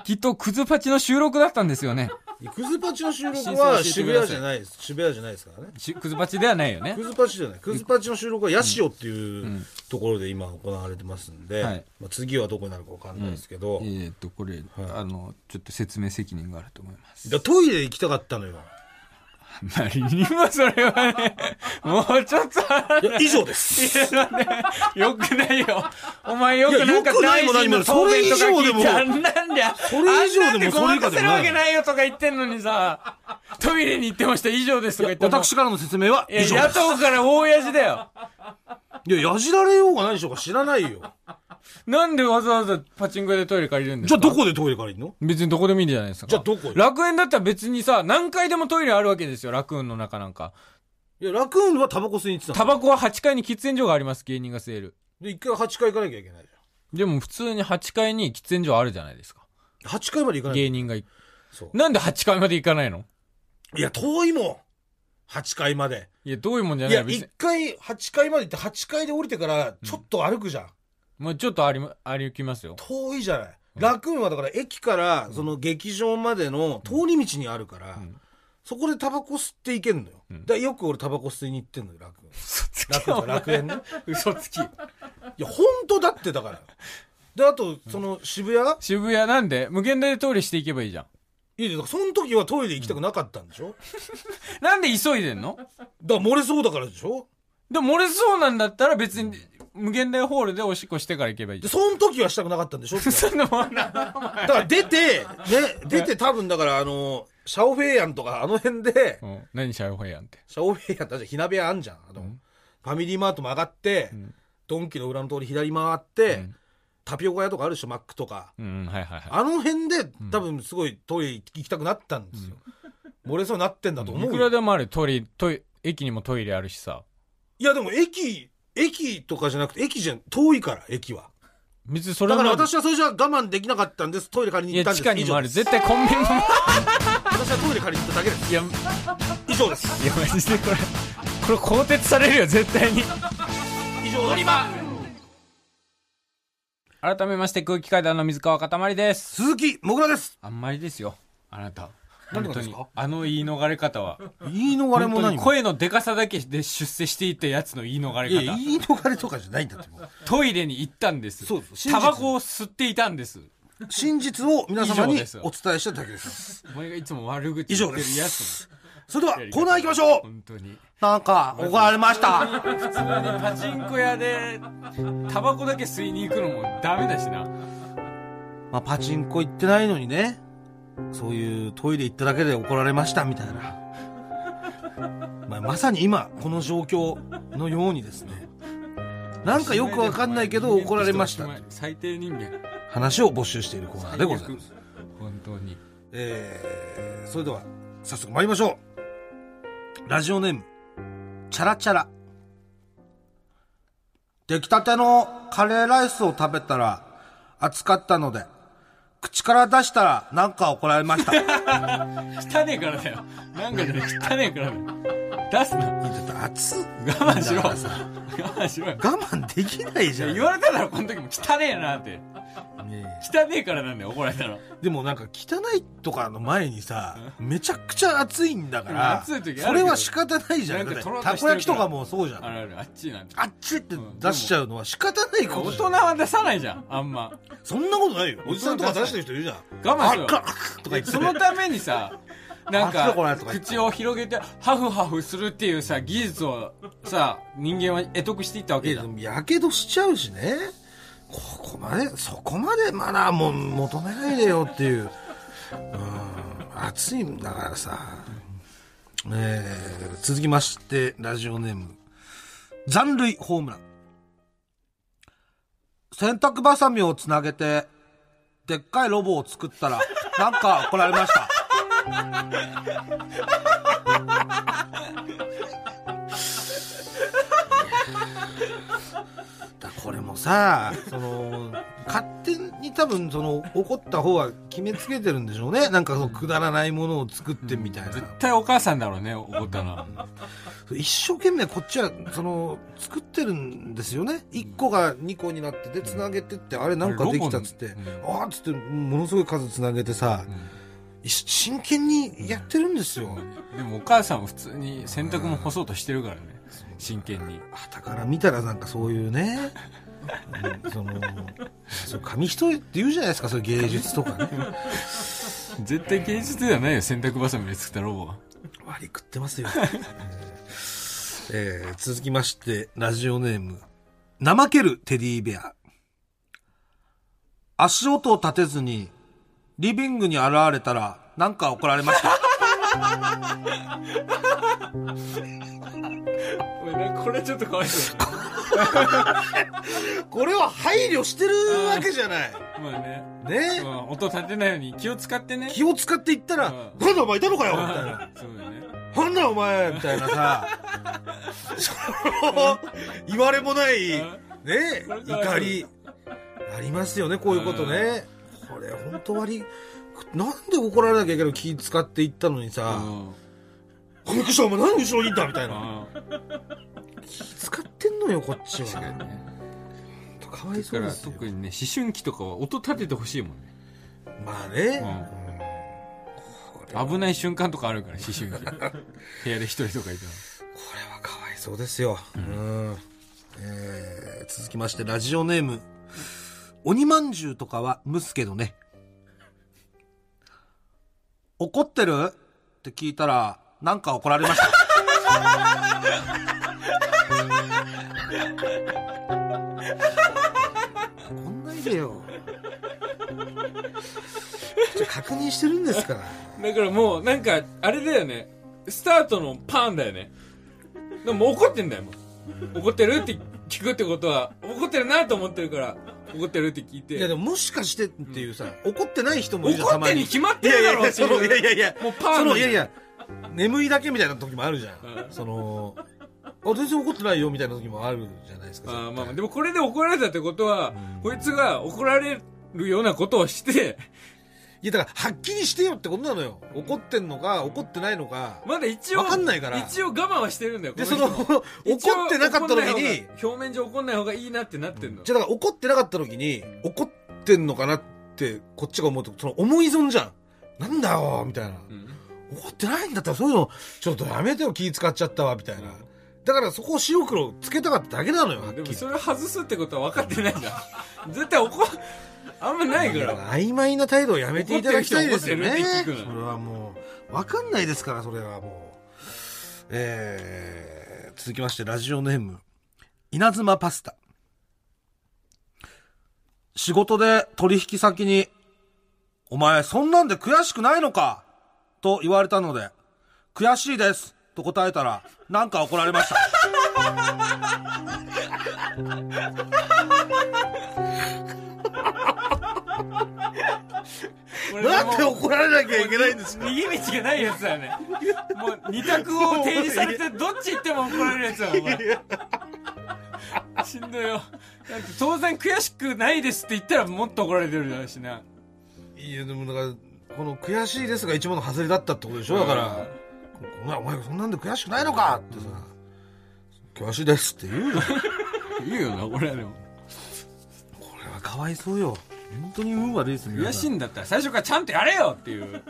きっとクズパチの収録だったんですよねクズパチの収録真相教えはて渋ください谷じゃないです渋谷じゃないですからねしクズパチではないよねクズパチじゃないクズパチの収録はヤシオっていうところで今行われてますんで、はいまあ、次はどこになるか分かんないですけど、えだかーっとこれ、あのちょっと説明責任があると思います らトイレ行きたかったのよなりにもそれはねもうちょっといや以上です よくないよ。お前よくなんかいや大よくない臣のも何もそ答れ弁以とか上聞でいもて、あんなんで、それ以上でもあんなんごまかそれ以下でもないせるわけないよとか言ってんのにさ、トイレに行ってました、以上ですとか言っても。私からの説明はいや以上で野す党から大やじだよ。いややじられようがないでしょうか知らないよなんでわざわざパチンコ屋でトイレ借りるんです じゃかあどこでトイレ借りるの別にどこでもいいんじゃないですか。じゃあどこよ楽園だったら別にさ、何階でもトイレあるわけですよ、楽園の中なんか。いやラクーンはタバコ吸いに行ってたタのバコは8階に喫煙所があります、芸人が吸える。で一回8階行かなきゃいけないじでも普通に8階に喫煙所あるじゃないですか。ゃん8階まで行かない芸人が行く。そうなんで8階まで行かないのいや遠いもん8階までいや、どういうもんじゃいないや、別に一。回、八階まで行って、八階で降りてから、ちょっと歩くじゃん。もうちょっとあり、歩きますよ。遠いじゃない。楽園はだから、駅から、その劇場までの通り道にあるから、んそこでタバコ吸っていけんのよ。んだからよく俺タバコ吸いに行ってんのよ、楽園。嘘つ楽園じゃ楽園ね。嘘つき。いや、本当だってだから。で、あと、その渋谷、渋谷なんで、無限大で通りしていけばいいじゃん。いいで、だからその時はトイレ行きたくなかったんでしょ、なんで急いでんのだから漏れそうだからでしょでも漏れそうなんだったら別に、無限大ホールでおしっこしてから行けばいいじで、ゃその時はしたくなかったんでしょってん。そんなもんな。だから出て、 ね、出て多分だから、あの、シャオフェイヤンとかあの辺で、うん何しゃうほやんって。シャオフェイヤーたち火鍋屋あんじゃん。あの、ファミリーマート曲がって、んドンキの裏の通り左回って、うんタピオカ屋とかあるでしょ、マックとか。うん、はいはいはあの辺で、多分すごいトイレ行きたくなったんですよ。漏れそうになってんだとい。思いうくよ。らでもあるトイレ、トイレ、駅にもトイレあるしさ。いや、でも駅、駅とかじゃなくて、駅じゃん、遠いから、駅は。別にそれだはからまあ私はそれじゃ我慢できなかったんです。トイレ借りいに行や、ったんです。地下にもある。以上で絶す対コンビニも。私はトイレ借りに行っただけです。いや、以上です。いや、マジでこれ、これ更迭されるよ、絶対に。以上です。改めまして、空気階段の水川かたまりです。鈴木もぐらです。あんまりですよ、あなた。何本が当ですにか。あの言い逃れ方は。言い逃れ本も当何にも。声のでかさだけで出世していたやつの言い逃れいやいや方。言い逃れとかじゃないんだってもう。トイレに行ったんです。そうですタバコを吸っていたんです。真実を皆様以上にですお伝えしただけです。お前がいつも悪口以言上っでてるやつす。それではの。コーナー行きましょう本当に。なんか怒られました。パチンコ屋で、タバコだけ吸いに行くのもダメだしな。まあパチンコ行ってないのにね、そういうトイレ行っただけで怒られましたみたいな。まあ、まさに今、この状況のようにですね、なんかよくわかんないけど怒られました。最低人間。話を募集しているコーナーでございます。本当に。えー、それでは早速参りましょうラジオネームチャラチャラ出来たてのカレーライスを食べたら熱かったので口から出したら なんか怒られました汚ねえからだよ。なんかじゃない、汚ねえからだよ。出すな。ちょっと熱我慢しろ我我慢しろよ。慢できないじゃん。言われただろ、この時も汚ねえなって。ねえ汚ねえからなんだよ、怒られたの。でもなんか汚いとかの前にさ、めちゃくちゃ暑いんだから、暑い時あるけどそれは仕方ないじゃん。なんだかってとろっとたしてるからこ焼きとかもそうじゃあん。るある、あっちいなって。あっちって出しちゃうのは仕方ないこ大とじ人ゃんは出さないじゃん、あんま。そんなことないよ。おじさんとか出してる人いるじゃん。我慢しろよあっかとか言ってそのためにさ、なんあっちかだこのやつと、か言って口を広げて、ハフハフするっていうさ、技術をさ、人間は得得していったわけいじやゃでん。もやけどしちゃうしね。ここまで、そこまでマナーも求めないでよっていう。うん、暑いんだからさ。えー、続きまして、ラジオネーム。残塁ホームラン。洗濯バサミをつなげて、でっかいロボを作ったら、なんか怒られました。だこれもさその勝手に多分その怒った方は決めつけてるんでしょうねなんかそのくだらないものを作ってみたいな、絶対お母さんだろうね、怒ったのは。一生懸命こっちはその作ってるんですよね1個が2個になってでつなげてって、あれなんかできたっつって、ロボああっつってものすごい数つなげてさ、い真剣にやってるんですよ、でもお母さんは普通に洗濯も干そうとしてるからね。真剣に。はたから見たらなんかそういうね、 うんそのそう紙一重って言うじゃないですかそういう芸術とかね絶対芸術ではないよ、洗濯バサミで作ったロボは。割り食ってますよ、え ー続きましてラジオネーム怠けるテディベア足音を立てずにリビングに現れたらなんか怒られましたこれちょっとかわいそう。 これは配慮してるわけじゃないまあね。ねまあ、音立てないように気を使ってね。気を使って言ったら「うなんだお前いたのかよ」みたいなああそうだよね。なんだお前みたいな さ、その、言われもない、ね、怒り、ありますよね、こういうことね。これ、本当割り、なんで怒られなきゃいけないの気使っていったのにうさ、ん保育所お前何後ろにいたみたいな。あ気使ってんのよ、こっちあは。ねかわいだそかうでらすよ。特にね、思春期とかは音立ててほしいもんね。まあね。うんこれは危ない瞬間とかあるから、思春期。 部屋で一人とかいたら。これはかわいそうですよ。うんえー続きまして、ラジオネーム。鬼まんじゅうとかは蒸すけどね。怒ってるって聞いたら、なんか怒られました。怒んないでよ。ちょ確認してるんですから。だからもう、なんか、あれだよね。スタートのパーンだよね。でももう怒ってんだよ、もう。怒ってるって聞くってことは、怒ってるなと思ってるから、怒ってるって聞いて。いやでももしかしてっていうさ、怒ってない人もいるじゃん、怒たっまてにに。決まっいてやるいだやろ、いや、その、いやいやいや、もうパーのその、いやいや、眠いだけみたいな時もあるじゃうんん。その、あ、全然怒ってないよみたいな時もあるじゃないですか。あーまあまあ、絶でもこれで怒られたってことは、こいつが怒られるようなことをして、 対いや、だから、はっきりしてよってことなのよ。怒ってんのか、怒ってないのか。まだ一応、わかんないから一応我慢はしてるんだよ、で、こその、人怒ってなかった時一に応怒んない、方が表面上怒んない方がいいなってなってんの。じゃあだから怒ってなかった時に、怒ってんのかなって、こっちが思うと、その思い損じゃん。なんだよ、みたいな。うん怒ってないんだったらそういうのちょっとやめてよ気使っちゃったわみたいな、だからそこを白黒つけたかっただけなのよはっきでりもそれを外すってことは分かってないんだ。絶対怒、あんまないから。曖昧な態度をやめていただきたいですよね怒ってる人怒ってるって聞そくのれはもう分かんないですからそれはもうえー、続きましてラジオネーム稲妻パスタ仕事で取引先に「お前そんなんで悔しくないのか?」と言われたので「悔しいです」と答えたらなんか怒られま したなんで怒られなきゃいけないんですか逃げ道がないやつだよね。もう二択を提示されて、どっち行っても怒られるやつだよ、お前。しんどいよ。だって当然悔しくないですって言ったらもっと怒られてるだろうしな。いやでもだからこの悔しいですが一番の外れだったってことでしょだからこお前お前そんなんで悔しくないのかってさ、悔しいですって言うよ言うよなこれはでもこれはかわいそうよ本当に運悪いですね悔しいんだったら最初からちゃんとやれよっていう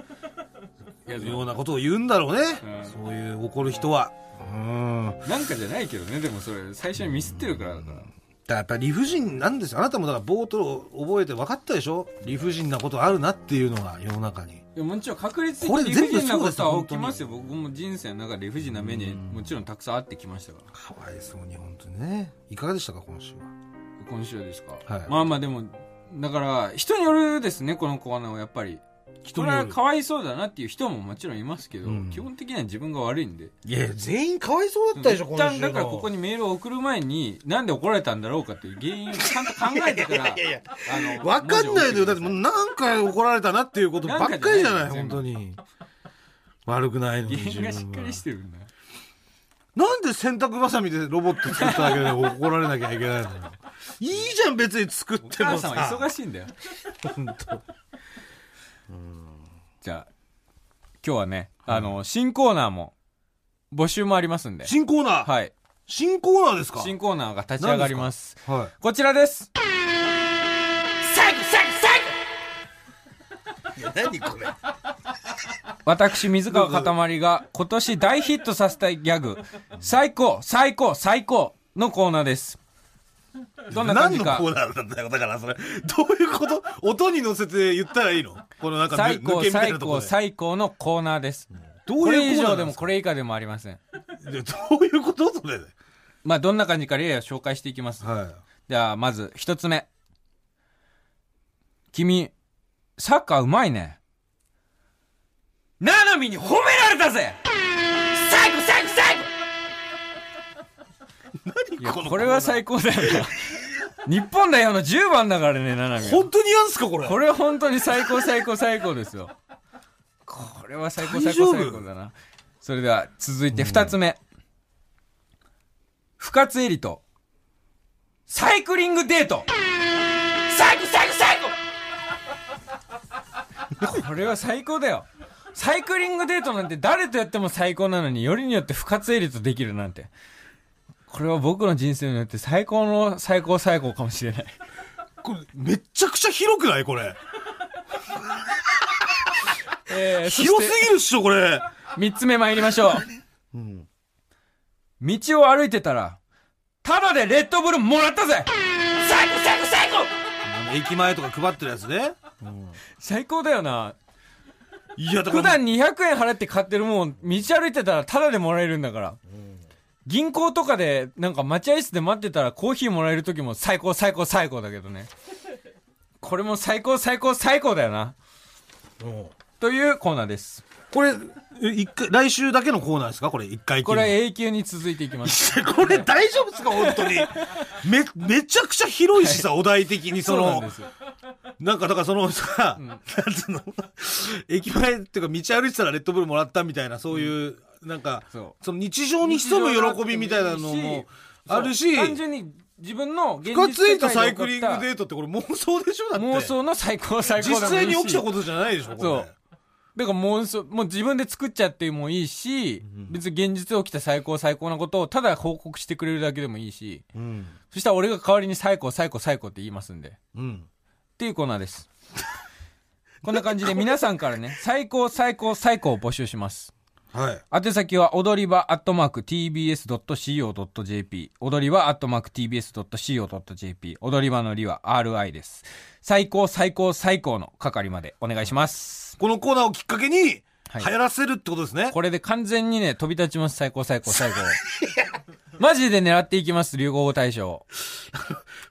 やつようなことを言うんだろうね、うんそういう怒る人はうんなんかじゃないけどねでもそれ最初にミスってるからだからだからやっぱり理不尽なんですよあなたもだから冒頭覚えて分かったでしょ理不尽なことあるなっていうのが世の中にいやもちろん確率これ的に理全不部尽なそうこですとは起きますよ僕も人生の中で理不尽な目にもちろんたくさんあってきましたからかわいそうに本当にねいかがでしたか今週は今週ですか、はいまあまあでもだから人によるですねこのコーナーはやっぱり人こにれよはるかわいそうだなっていう人ももちろんいますけど、うん基本的には自分が悪いんでいや全員かわいそうだったでしょ一今週旦のだからここにメールを送る前になんで怒られたんだろうかっていう原因をちゃんと考えてから いやいやいあの分かんないのよだってもう文何回怒られたなっていうことばっかりじゃないなんかじゃない本当に悪くないの字にを送ってください原因がしっ自分かはりしてるんだなんで洗濯ばさみでロボット作っただけで怒られなきゃいけないのよいいじゃん別に作っおて母もささんは忙しいんだよ本当じゃあ今日はねあの、新コーナーも募集もありますんで新コーナー、はい新コーナーですか新コーナーが立ち上がりますはいこちらです最後最後最後いや何これ私水川かたまりが今年大ヒットさせたいギャグ「最高最高最高」のコーナーですどんな感じか何のコーナーなんだよだからそれどういうこと音に乗せて言ったらいいのこのなんか最抜抜高けみたい最なとこ高ろで最高のコーナーですどこうれい以うコーナ上ーでなんでもすこかれ以下でもありませんいやどういうことそれでまあどんな感じか例を紹介していきますはじゃあまず一つ目君サッカーうまいねななみに褒められたぜ最高最高最高いいやのコーナーこれは最高だよな日本代表の10番だからね、ナナミは。本当にやんすかこれこれは本当に最高最高最高ですよ。これは最高最大丈高夫最高だな。それでは続いて2つ目。深津絵里とサイクリングデート。最高最高最高これは最高だよ。サイクリングデートなんて誰とやっても最高なのに、よりによって深津絵里とできるなんて。これは僕の人生によって最高の最高最高かもしれない。これめっちゃくちゃ広くないこれえーそして広すぎるっしょこれ三つ目参りましょう。道を歩いてたら、ただでレッドブルもらったぜ最高最高最高駅前とか配ってるやつね最高だよな。いやだか普ら段200円払って買ってるもん、道歩いてたらただでもらえるんだから。銀行とかで、なんか待合室で待ってたらコーヒーもらえる時も最高最高最高だけどね。これも最高最高最高だよな。うんというコーナーです。これえ一回来週だけのコーナーですかこれ一回きりこれは永久に続いていきます。いや これ大丈夫ですか本当に。め、めちゃくちゃ広いしさ、お題的にそそうなんの、ですよ。なんかだからそのさ、なんつうの、駅前っていうか道歩いてたらレッドブルもらったみたいな、そういう、なんか、そその日常に潜む喜びみたいなのもあるし、そう単純に自分の現深ツイート世サ界でイ起こクっリングたデートってこれ妄想でしょだって。妄想の最高最高実際に起きたとことじゃないでしょこれ。そうだから妄想もう自分で作っちゃってもいいし、別に現実起きた最高最高なことをただ報告してくれるだけでもいいしうん。そしたら俺が代わりに最高最高最高って言いますんでっうん。ていうコーナーですこんな感じで皆さんからね最高最高最高を募集しますはい。宛先は踊り場アットマーク tbs.co.jp 踊り場アットマーク tbs.co.jp 踊り場のりは RI です最高最高最高の係までお願いしますこのコーナーをきっかけに、は流い行らせるってことですね。これで完全にね飛び立ちます最高最高最高マジで狙っていきます流行語大賞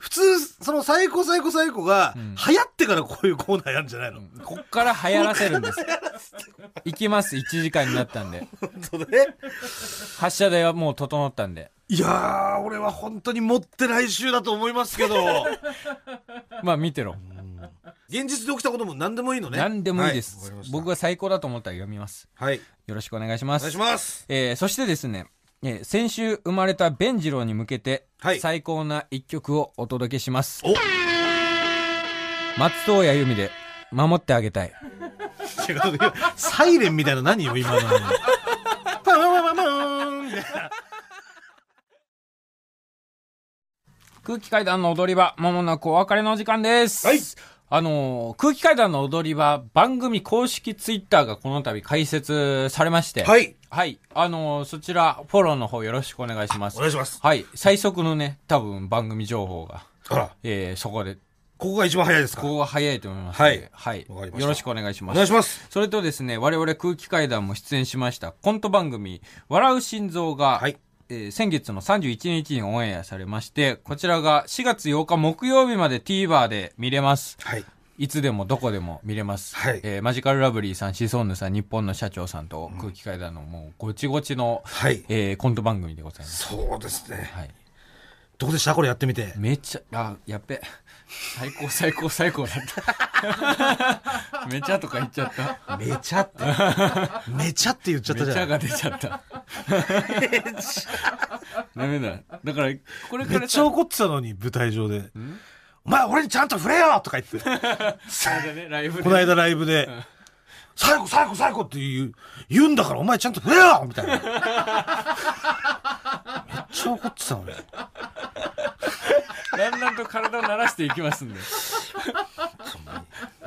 普通、その最高最高最高が、ん流行ってからこういうコーナーやるんじゃないの、こっから流行らせるんです行きます1時間になったんでそうだね。発射台はもう整ったんでいやー、俺は本当に持って来週だと思いますけど、まあ見てろ、現実で起きたことも何でもいいのね。何でもいいです、はわかりました僕が最高だと思ったら読みますはい。よろしくお願いしおま願すいします。えーそしてですね、えー先週生まれた弁次郎に向けて、はい最高な一曲をお届けしますお松任谷由実で守ってあげたい違う、サイレンみたいな何よ、今の。パンパン空気階段の踊り場、まもなくお別れのお時間です。はいあのー空気階段の踊り場、番組公式ツイッターがこの度開設されまして。は。い。はい。あのーそちら、フォローの方よろしくお願いします。お願いします。はい。最速のね、多分番組情報が、あら、えー、そこで、ここが一番早いですかここが早いと思います。はいはい。わかりましたよろしくお願いしおます願い。します。それとですね、我々空気階段も出演しましたコント番組、笑う心臓が、はいえー先月の31日にオンエアされまして、こちらが4月8日木曜日まで TVer で見れます。はい。いつでもどこでも見れます。はいえーマジカルラブリーさん、シソンヌさん、日本の社長さんと空気階段のもうごちごちの、はい。えーコント番組でございます。そうですね。はい。どうでしたこれやってみて。めちゃ、あ、やっべ。最高最高最高だった。めちゃとか言っちゃった。めちゃって。 めちゃって言っちゃっためじちゃゃん。が出ちゃった。ダメだ。だから、これかめっらちゃ怒ってたのに、舞台上で。お前、俺にちゃんと触れよとか言って。あれだね、ライブで。 この間ライブで、最後最後最後って言う、言うんだからお前ちゃんと触れよみたいな。めっちゃ怒ってたのね。だんだんと体を慣らしていきますんで。ね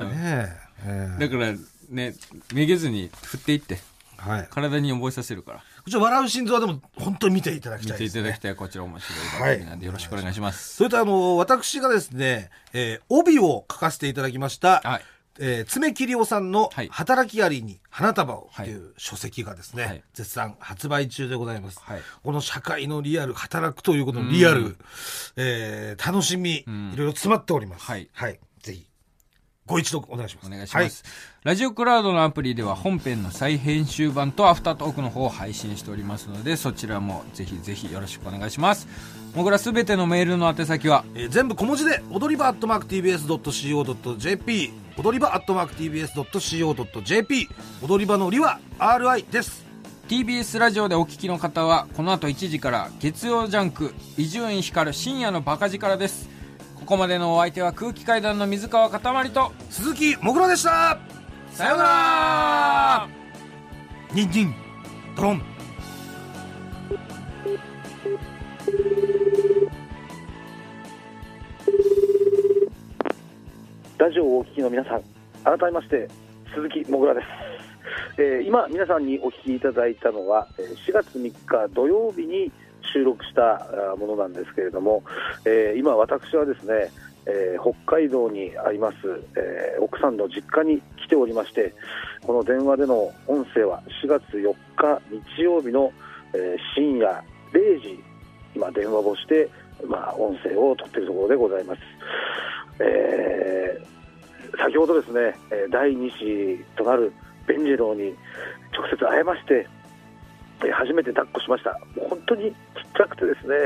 え。ええだから、ね、めげずに振っていって、はい。体に覚えさせるから、じゃ笑う心臓はでも本当に見ていただき見たていでいすただきたい、こちら面白い番組なんで、よろしくお願いします。それとあの、私がですね、えー帯を書かせていただきました、はいえー爪切りおさんのはい働きありに花束をはいという書籍がですね、はい絶賛発売中でございます、はいこの社会のリアル、働くということのリアル、えー楽しみ、んいろいろ詰まっております。はいぜひ、ご一読お願いします。お願いします、ラジオクラウドのアプリでは本編の再編集版とアフタートークの方を配信しておりますのでそちらもぜひぜひよろしくお願いしますもぐらすべてのメールの宛先はえー全部小文字で踊り場アットマーク TBS.CO.JP 踊り場アットマーク TBS.CO.JP 踊り場のりは RI です TBS ラジオでお聞きの方はこの後1時から月曜ジャンク伊集院光る深夜のバカ力ですここまでのお相手は空気階段の水川かたまりと鈴木もぐらでしたさようならニンニンドロンラジオをお聞きの皆さん、改めまして、鈴木もぐらです。 えー今、皆さんにお聞きいただいたのは、えー4月3日土曜日に収録したあーものなんですけれども、えー今、私はですね、えー北海道にあります、えー奥さんの実家に来ておりまして、この電話での音声は4月4日日曜日の、えー深夜0時、今、電話をして、まあ、音声を取っているところでございます。えー先ほどですね、えー第2子となる弁次郎に直接会えまして、えー初めて抱っこしました。もう本当にちっちゃくてですね、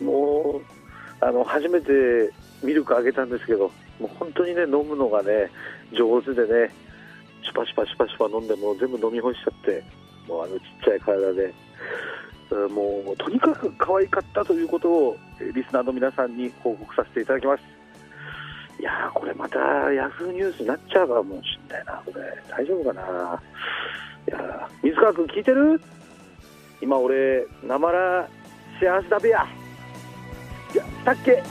もう、あの、初めてミルクあげたんですけど、もう本当にね、飲むのがね、上手でね、シュパシュパシュパシュパ飲んで、もう全部飲み干しちゃって、もうあのちっちゃい体で、うんもうとにかく可愛かったということを、えーリスナーの皆さんに報告させていただきます。いやー、これまたヤフーニュースになっちゃうかもしんないな、これ。大丈夫かな。いやー水川君聞いてる今俺、なまら幸せだべや。いや、したっけ